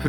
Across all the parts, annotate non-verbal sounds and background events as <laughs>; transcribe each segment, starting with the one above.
プ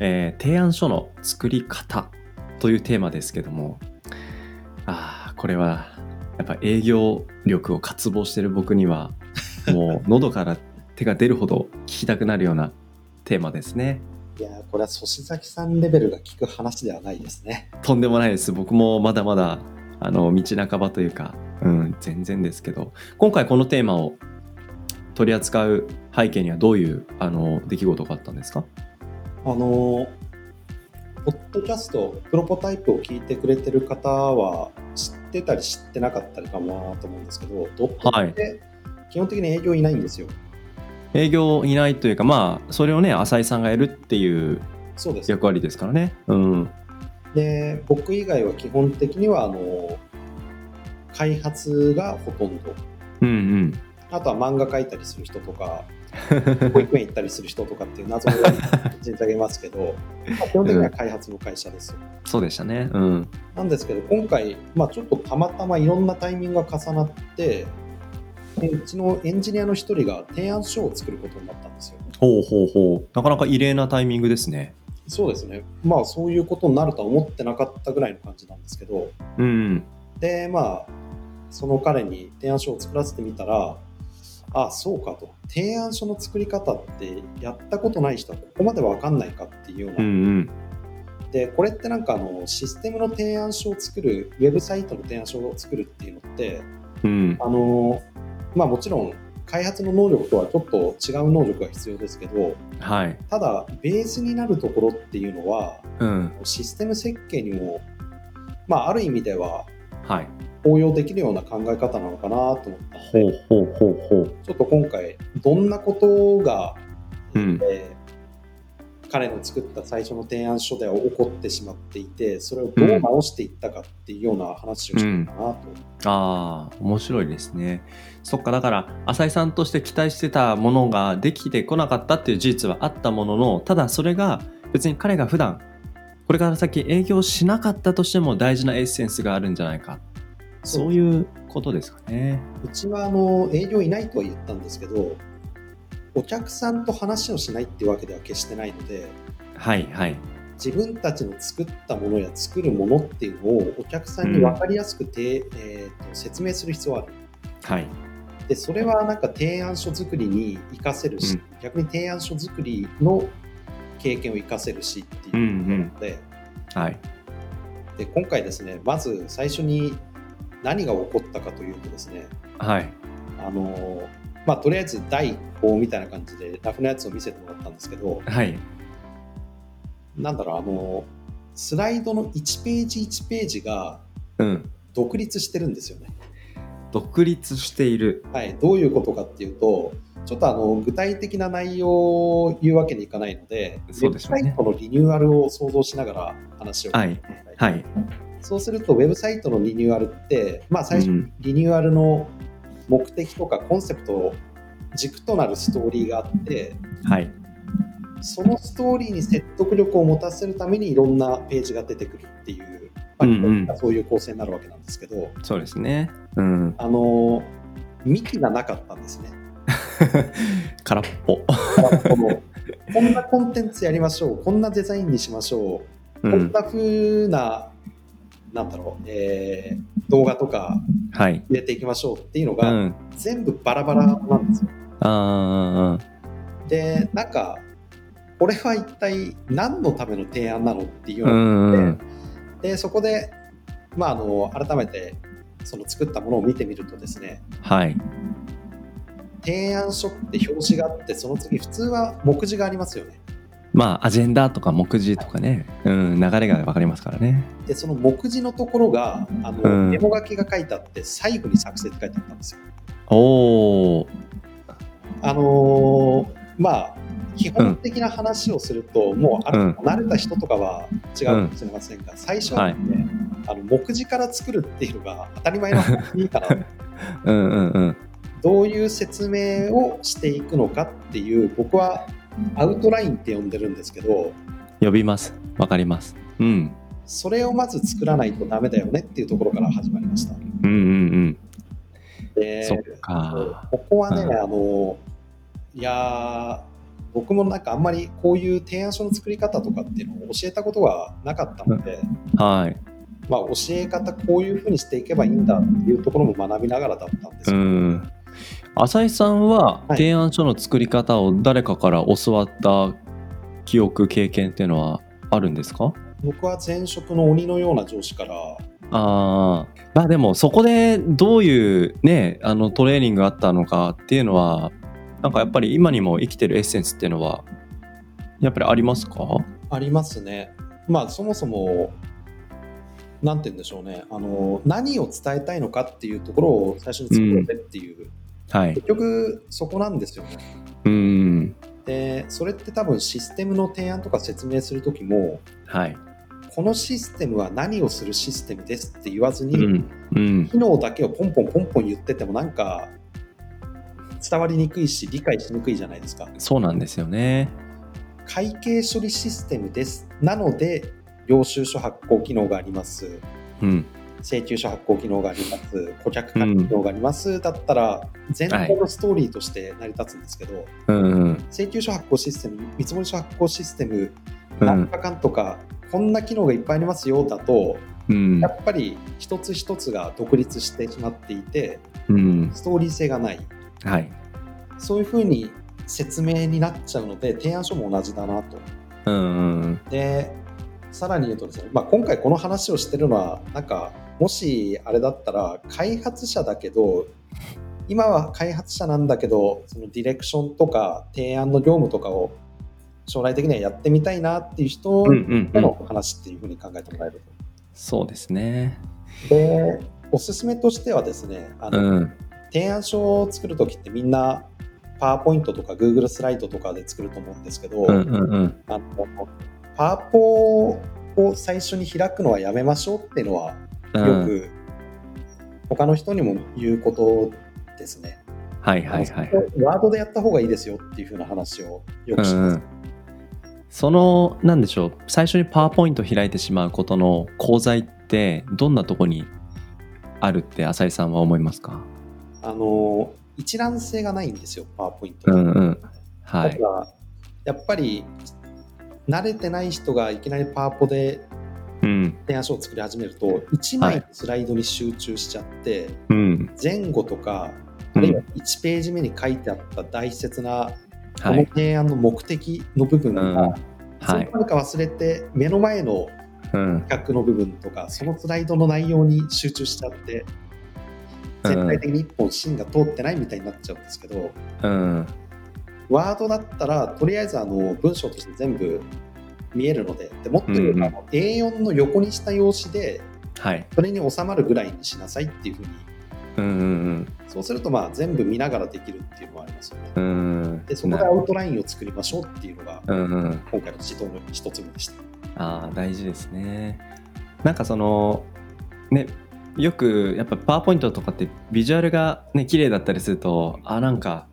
えー提案書の作り方というテーマですけどもあーこれはやっぱ営業力を渇望してる僕にはもう喉から手が出るほど聞きたくなるようなテーマですねいやーこれは粗品さんレベルが聞く話ではないですね。とんでもないです僕もまだまだあの道半ばというか、うん、全然ですけど今回このテーマを取り扱う背景にはどういうあの出来事があったんですかあのーポッドキャストプロポタイプを聞いてくれてる方は知ってたり知ってなかったりかもなと思うんですけどドットはいって基本的に営業いないんですよ。営業いないというかまあそれをね浅井さんがやるっていうそうです役割ですからねうんで僕以外は基本的にはあのー開発がほとんどうんうんあとは漫画描いたりする人 <laughs> とか保育園行ったりする人とかっていう謎の人材がいます <laughs> けど、まあ基本的には開発の会社ですよ。そうでしたねうんなんですけど、今回、まあ、ちょっとたまたまいろんなタイミングが重なって、でうちのエンジニアの一人が提案書を作ることになったんですよ。ほうほうほうなかなか異例なタイミングですねそうですね。まあ、そういうことになるとは思ってなかったぐらいの感じなんですけど、うんで、まあ、その彼に提案書を作らせてみたら、あそうかと。提案書の作り方って、やったことない人はここまでわかんないかっていうようなうんうんでこれってなんかあのシステムの提案書を作るウェブサイトの提案書を作るっていうのってうんあのまあもちろん開発の能力とはちょっと違う能力が必要ですけどはいただベースになるところっていうのはうんシステム設計にもまあある意味でははい応用できるような考え方なのかなと思ったのほうほうほうほうちょっと今回どんなことが、うんえー彼の作った最初の提案書では起こってしまっていてそれをどう直していったかっていうような話をしてるかなと、ああ、面白いですね。そっか、だから、浅井さんとして期待してたものができてこなかったっていう事実はあったものの、ただそれが別に彼が普段、これから先営業しなかったとしても大事なエッセンスがあるんじゃないか。そういうことですかね。うちはあの営業いないとは言ったんですけどお客さんと話をしないっていうわけでは決してないのではいはい。自分たちの作ったものや作るものっていうのをお客さんに分かりやすくて、えーと説明する必要はあるはい。でそれはなんか提案書作りに活かせるし、うん逆に提案書作りの経験を活かせるしっていうことなので,、はい。で今回ですねまず最初に何が起こったかというとですねはい。あのーまあとりあえず第一報みたいな感じでラフなやつを見せてもらったんですけどはい。なんだろうあのースライドの1ページ1ページがうん。独立してるんですよね。独立している。はい、どういうことかっていうとちょっとあの具体的な内容を言うわけにいかないのでそうでしょうねウェブサイトのリニューアルを想像しながら話を聞いてくださいはい。そうするとウェブサイトのリニューアルって、まあ、最初うにんリニューアルの目的とかコンセプトを軸となるストーリーがあってはい。そのストーリーに説得力を持たせるためにいろんなページが出てくるっていう、まあうんうんそういう構成になるわけなんですけどそうですね。うん。あの幹がなかったんですね。空っぽ。このこんなコンテンツやりましょうこんなデザインにしましょううこんん。な風な、なんだろう、えー動画とかはい。入れていきましょうっていうのうが、ん。全部バラバラなんですよあーでなんかこれは一体何のための提案なのっていうよううな、んうん。でそこで、まあ、あの改めてその作ったものを見てみるとですねはい。提案書って表紙があってその次普通は目次がありますよねまあ、アジェンダとか目次とかね、うん、流れが分かりますからね。でその目次のところがあの、うんメモ書きが書いてあって最後に作成って書いてあったんですよ。おお、あのーまあ基本的な話をすると、もうある程度慣れた人とかは違うかもしれませんが、最初はですね、あの目次から作るっていうのが当たり前の方がいいからうんうんうんどういう説明をしていくのかっていう僕はアウトラインって呼んでるんですけど呼びますわかりますうんそれをまず作らないとダメだよねっていうところから始まりました。うんうんうでんそっかここはね、うんあのいやー僕もなんかあんまりこういう提案書の作り方とかっていうのを教えたことがなかったので、はいまあ、教え方こういうふうにしていけばいいんだっていうところも学びながらだったんでうすけど、ん浅井さんははい提案書の作り方を誰かから教わった記憶経験っていうのはあるんですか僕は前職の鬼のような上司からあーまあでもそこでどういうねあのトレーニングがあったのかっていうのはなんかやっぱり今にも生きてるエッセンスっていうのはやっぱりありますかありますね。まあそもそもなんて言うんでしょうねあの何を伝えたいのかっていうところを最初に作ろうねっていう、はい結局そこなんですよね。うんでそれって多分システムの提案とか説明する時もはいこのシステムは何をするシステムですって言わずに、うんうん機能だけをポンポンポンポン言っててもなんか伝わりにくいし理解しにくいじゃないですか。そうなんですよね会計処理システムですなので領収書発行機能があります。うん請求書発行機能があります、顧客管理機能があります、だったら全体のストーリーとして成り立つんですけど、うんうん請求書発行システム、見積書発行システム、うなんんかかんとか、こんな機能がいっぱいありますよだと、うんやっぱり一つ一つが独立してしまっていて、うんストーリー性がない、はいそういうふうに説明になっちゃうので、提案書も同じだなと。うんうんでさらに言うとですね、まあ、今回この話をしてるのはなんかもしあれだったら開発者だけど今は開発者なんだけどそのディレクションとか提案の業務とかを将来的にはやってみたいなっていうう人んうんうへんの話っていうふうに考えてもらえるそうですねと。でおすすめとしてはですねあうの、ん提案書を作るときってみんなパワーポイントとか Google スライドとかで作ると思うんですけうど、んうんうんあのパワポを最初に開くのはやめましょうっていうのはうよんく他の人にも言うことですね。はいはいはいワードでやった方がいいですよっていう風な話をよくしうんうますん。そのなんでしょう最初にパワーポイント開いてしまうことの功罪ってどんなとこにあるって浅井さんは思いますかあの一覧性がないんですよ、パワーポイント。うんうんはだいからやっぱり慣れてない人がいきなりパワポでうん提案書を作り始めると1枚のスライドに集中しちゃって、うん前後とかうあんるいは1ページ目に書いてあった大切なはこのい提案の目的の部分うんが、そはれいかか忘れて、目の前のうん企画の部分とか、そのスライドの内容に集中しちゃって、うん全体的に一本芯が通ってないみたいになっちゃうんですけど、うんワードだったら、とりあえずあの文章として全部見えるので、でもっと言ううんと、あの A4 の横にした用紙で、はいそれに収まるぐらいにしなさいっていうふうに、うんうんそうするとまあ全部見ながらできるっていうのもありますよね。うんうんで、そこでなアウトラインを作りましょうっていうのが、うんうん今回の指導の一つ目でした。ああ大事ですねなんかそのねよくやっぱパワーポイントとかってビジュアルがね綺麗だったりするとあなんか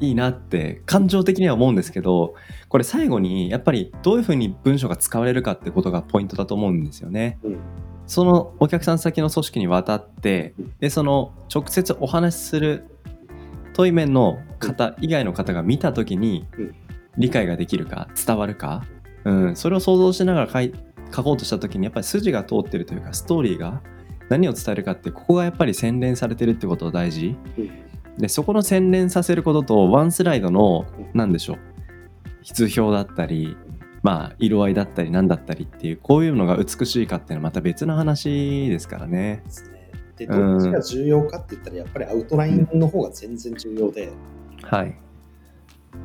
いいなって感情的には思うんですけどこれ最後にやっぱりどういうふうに文章が使われるかってことがポイントだと思うんですよね。うんそのお客さん先の組織に渡ってでその直接お話しする対面の方以外の方が見た時にうん理解ができるか伝わるか、うん、それを想像しながら書い書こうとした時にやっぱり筋が通ってるというかストーリーが何を伝えるかってここがやっぱり洗練されてるってことが大事うんでそこの洗練させることとワンスライドの何でしょう必要表だったりまあ色合いだったり何だったりっていうこういうのが美しいかっていうのはまた別の話ですからねですね。で、うんどっちが重要かって言ったら、やっぱりアウトラインの方が全然重要で、はい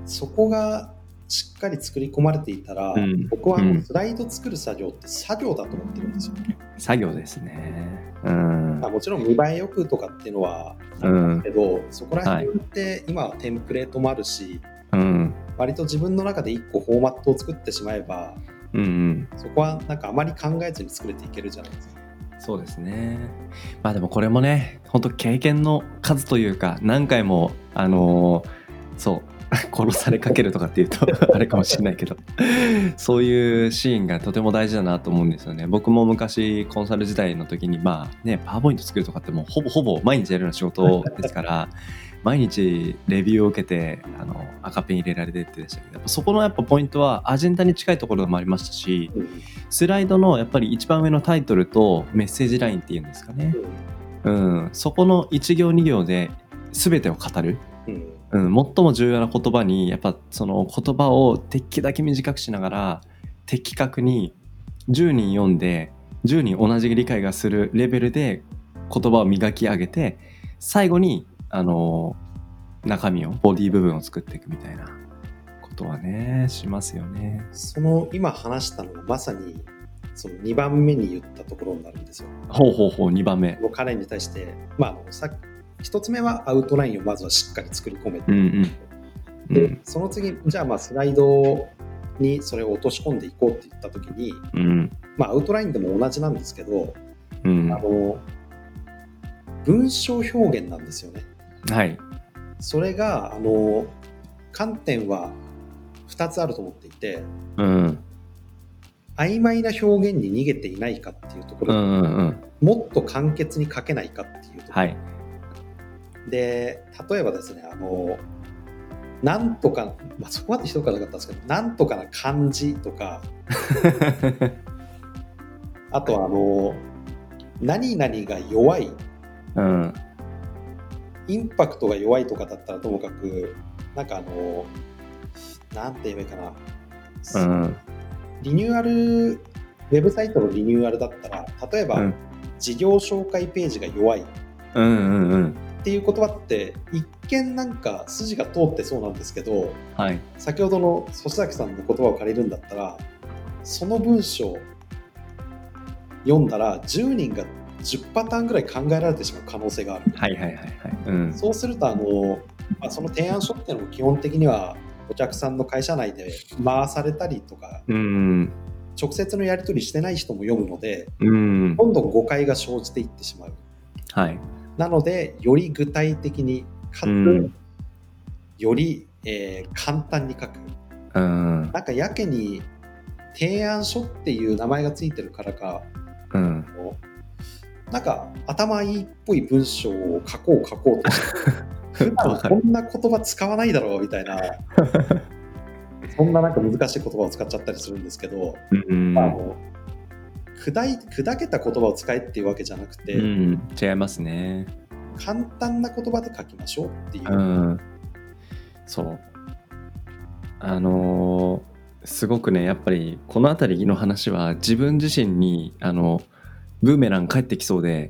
そこがしっかり作り込まれていたら、うん僕はあのうんスライド作る作業って作業だと思ってるんですよ。作業ですねうんまあもちろん見栄えよくとかっていうのはあうんるけど、そこら辺って今はテンプレートもあるし、うん割と自分の中で一個フォーマットを作ってしまえばうんうんそこはなんかあまり考えずに作れていけるじゃないですか。そうですねまあでもこれもね本当経験の数というか何回もあのーそう <laughs> 殺されかけるとかっていうと <laughs> あれかもしれないけどそういうシーンがとても大事だなと思うんですよね僕も昔コンサル時代の時にまあねパワーポイント作るとかってもうほぼほぼ毎日やるような仕事ですから <laughs> 毎日レビューを受けてあの赤ペン入れられてってでしたけどやっぱそこのやっぱポイントはアジェンダに近いところもありましたし、うんスライドのやっぱり一番上のタイトルとメッセージラインっていうんですかね。うん。そこの1行2行で全てを語る。うんうん。最も重要な言葉に、やっぱその言葉をできるだけ短くしながら、的確に10人読んで、10人同じ理解がするレベルで言葉を磨き上げて、最後に、あの、中身を、ボディ部分を作っていくみたいなことはね、しますよね。その今話したのがまさにその2番目に言ったところになるんですよ。ほうほうほう、2番目こ。の彼に対して、まあ、あのさっき1つ目はアウトラインをまずはしっかり作り込めて、うんうん。うでん。その次じゃあまあスライドにそれを落とし込んでいこうって言った時に、うん。まあ、アウトラインでも同じなんですけど、うん、あはの文章表現なんですよね。い。それがあの観点は2つあると思っていてうん。曖昧な表現に逃げていないかっていうとうころ、んうんうん。もっと簡潔に書けないかっていうところ、はい。で例えばですねあのなんとか、まあ、そこまでひどくはなかったんですけどなんとかな感じとかあとはあの何々が弱いうん。インパクトが弱いとかだったらともかくなんかあのなんて言えばいいかな、うん。リニューアル、ウェブサイトのリニューアルだったら、例えば、うん事業紹介ページが弱いっうんうんうん。ていう言葉って、一見なんか筋が通ってそうなんですけど、はい。先ほどの粗崎さんの言葉を借りるんだったら、その文章読んだら、10人が10パターンぐらい考えられてしまう可能性がある。はいはいはいはい。うん。そうすると、あの、まあ、その提案書っていうのも基本的には、お客さんの会社内で回されたりとか、うん。直接のやり取りしてない人も読むので、うん。どんどん誤解が生じていってしまう。はい。なので、より具体的に、かつ、うんより、えー簡単に書く。うん。なんかやけに、提案書っていう名前がついてるからか、うん。こうなんか頭いいっぽい文章を書こう書こうとして、 <laughs> 普わ段かるこんな言葉使わないだろうみた <laughs> いな、そんななんか難しい言葉を使っちゃったりするんですけど、うんあ。の砕い砕けた言葉を使えっていうわけじゃなくて、うん。違いますね。簡単な言葉で書きましょうっていうう。ん。そう。あのーすごくね、やっぱりこの辺りの話は自分自身に、あの、ブーメラン返ってきそうで、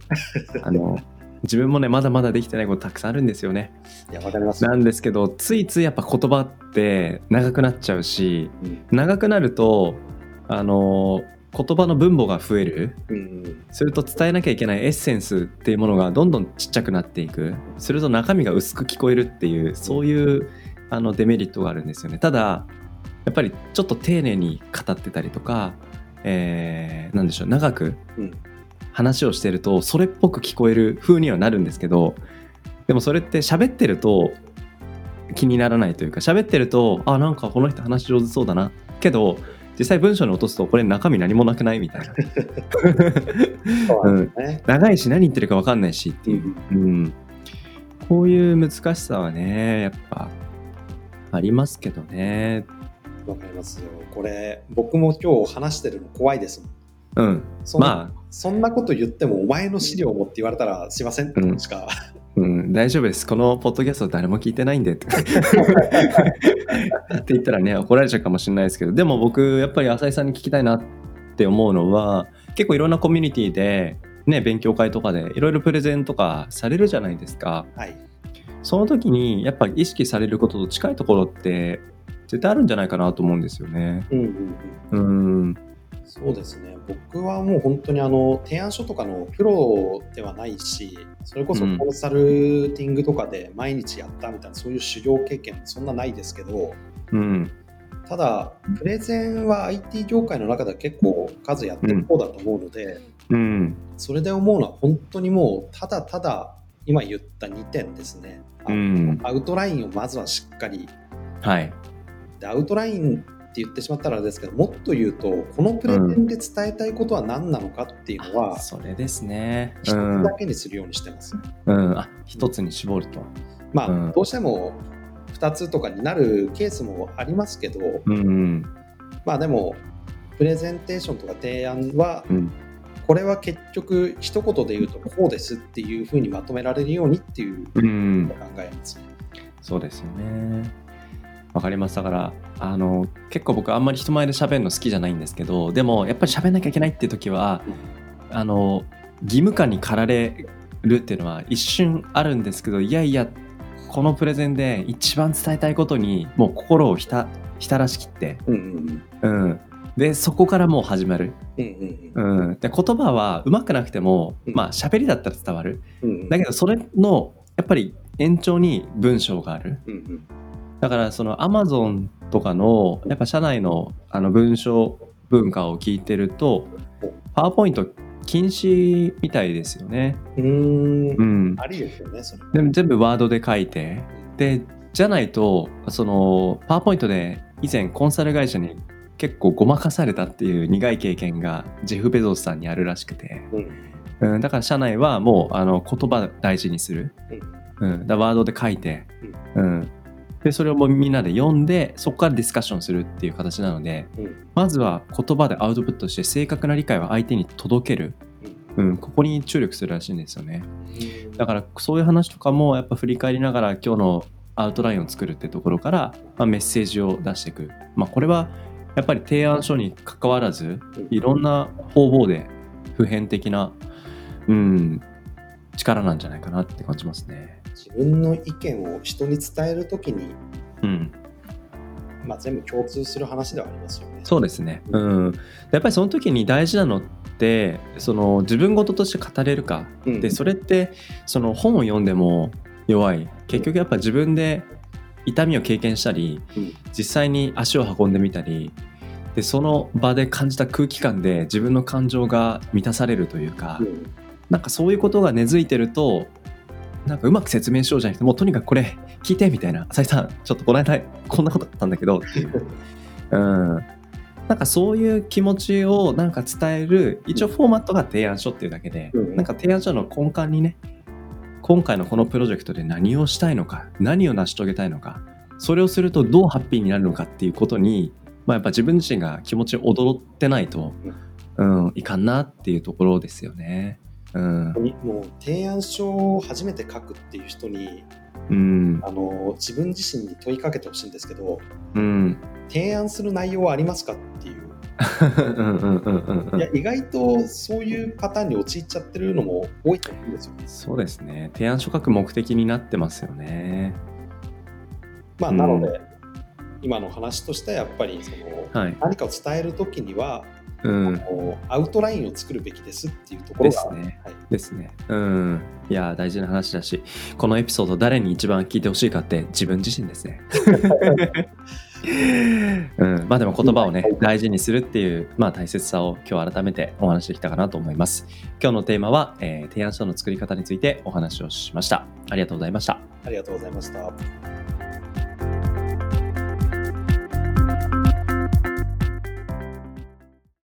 あの、自分もね、まだまだできてないことたくさんあるんですよね。いや、わかります。なんですけどついついやっぱ言葉って長くなっちゃうしうん長くなるとあの言葉の分母が増えるうんすると伝えなきゃいけないエッセンスっていうものがどんどんちっちゃくなっていくすると中身が薄く聞こえるっていうそういうあのデメリットがあるんですよねただやっぱりちょっと丁寧に語ってたりとか、えー、なんでしょう長くうん話をしてるとそれっぽく聞こえる風にはなるんですけどでもそれって喋ってると気にならないというか喋ってるとあなんかこの人話上手そうだなけど実際文章に落とすとこれ中身何もなくないみたいなそうなんですよね。長いし何言ってるか分かんないしっていう、うん、こういう難しさはねやっぱありますけどねわかりますよ。これ、僕も今日話してるの怖いですもん。うんそんなまあ、そんなこと言っても、お前の資料もって言われたら、すいませんうん <laughs> しか、うん、大丈夫ですこのポッドキャスト誰も聞いてないんでとかって言った <laughs> らね怒られちゃうかもしれないですけどでも僕やっぱり浅井さんに聞きたいなって思うのは結構いろんなコミュニティでね勉強会とかでいろいろプレゼンとかされるじゃないですか。はい。その時にやっぱり意識されることと近いところって絶対あるんじゃないかなと思うんですよね。うんうんうんうん。そうですね僕はもう本当にあの提案書とかのプロではないしそれこそうんコンサルティングとかで毎日やったみたいなそういう修行経験そんなないですけどうんただプレゼンは IT 業界の中では結構数やってる方だと思うので、うんそれで思うのは本当にもうただただ今言った2点ですね、あうんアウトラインをまずはしっかりはいでアウトラインって言ってしまったらあれですけどもっと言うとこのプレゼンで伝えたいことは何なのかっていうのはそれですね一つだけにするようにしてます、うん、あ一つに絞ると。まあ、うんどうしても2つとかになるケースもありますけど、うん、まあでもプレゼンテーションとか提案はうん、これは結局一言で言うとこうですっていうふうにまとめられるようにっていう考うん、えますねそうですよね。わかります。だから、あの、結構僕あんまり人前で喋るの好きじゃないんですけど、でもやっぱり喋んなきゃいけないっていう時は、あの、義務感に駆られるっていうのは一瞬あるんですけど、いやいや、このプレゼンで一番伝えたいことにもう心をひた浸らしきって、うんうんうん。で、そこからもう始まる。うんうんうんうん。で、言葉はうまくなくても、うんまあ喋りだったら伝わる。うんうんだけどそれのやっぱり延長に文章があるうんうんだからその Amazon とかのやっぱ社内のあの文章文化を聞いてるとパワーポイント禁止みたいですよね、うーんうん、ありですよねそれでも全部ワードで書いてでじゃないとそのパワーポイントで以前コンサル会社に結構ごまかされたっていう苦い経験がジェフ・ベゾスさんにあるらしくて、うんうん、だから社内はもうあの言葉大事にするうん、だワードで書いて、うんでそれをもうみんなで読んでそこからディスカッションするっていう形なのでうんうんまずは言葉でアウトプットして正確な理解を相手に届ける、うん、ここに注力するらしいんですよねうんだからそういう話とかもやっぱ振り返りながら今日のアウトラインを作るってところから、まあ、メッセージを出していく、まあ、これはやっぱり提案書に関わらずいろんな方々で普遍的な、うん、力なんじゃないかなって感じますね。自分の意見を人に伝えるときに、うんまあ、全部共通する話ではありますよね。そうですね、うん、やっぱりその時に大事なのってその自分事として語れるかうん、でそれってその本を読んでも弱い結局やっぱ自分で痛みを経験したりうん実際に足を運んでみたりでその場で感じた空気感で自分の感情が満たされるというか、うんなんかそういうことが根付いてるとなんかうまく説明しようじゃなくてもうとにかくこれ聞いてみたいな浅井さんちょっとこの間こんなことあったんだけどっていう、うん、なんかそういう気持ちをなんか伝える一応フォーマットが提案書っていうだけで、うんなんか提案書の根幹にね今回のこのプロジェクトで何をしたいのか何を成し遂げたいのかそれをするとどうハッピーになるのかっていうことに、まあ、やっぱ自分自身が気持ち踊ってないと、うん、いかんなっていうところですよね。うん本当にもう提案書を初めて書くっていう人にうんあの自分自身に問いかけてほしいんですけどうん提案する内容はありますかっていううんうんうんうんういんや意外とそういうパターンに陥っちゃってるのも多いと思うんですよね。そうですね提案書書く目的になってますよねまあ、うんなので、今の話としてはやっぱりそのはい何かを伝えるときにはうんこうアウトラインを作るべきですっていうところでがす、ねはいですねうんいや大事な話だしこのエピソード誰に一番聞いてほしいかって自分自身です <laughs> ねうん、まあでも言葉をね大事にするっていう、まあ、大切さを今日改めてお話しできたかなと思います今日のテーマは、えー提案書の作り方についてお話をしましたありがとうございましたありがとうございました。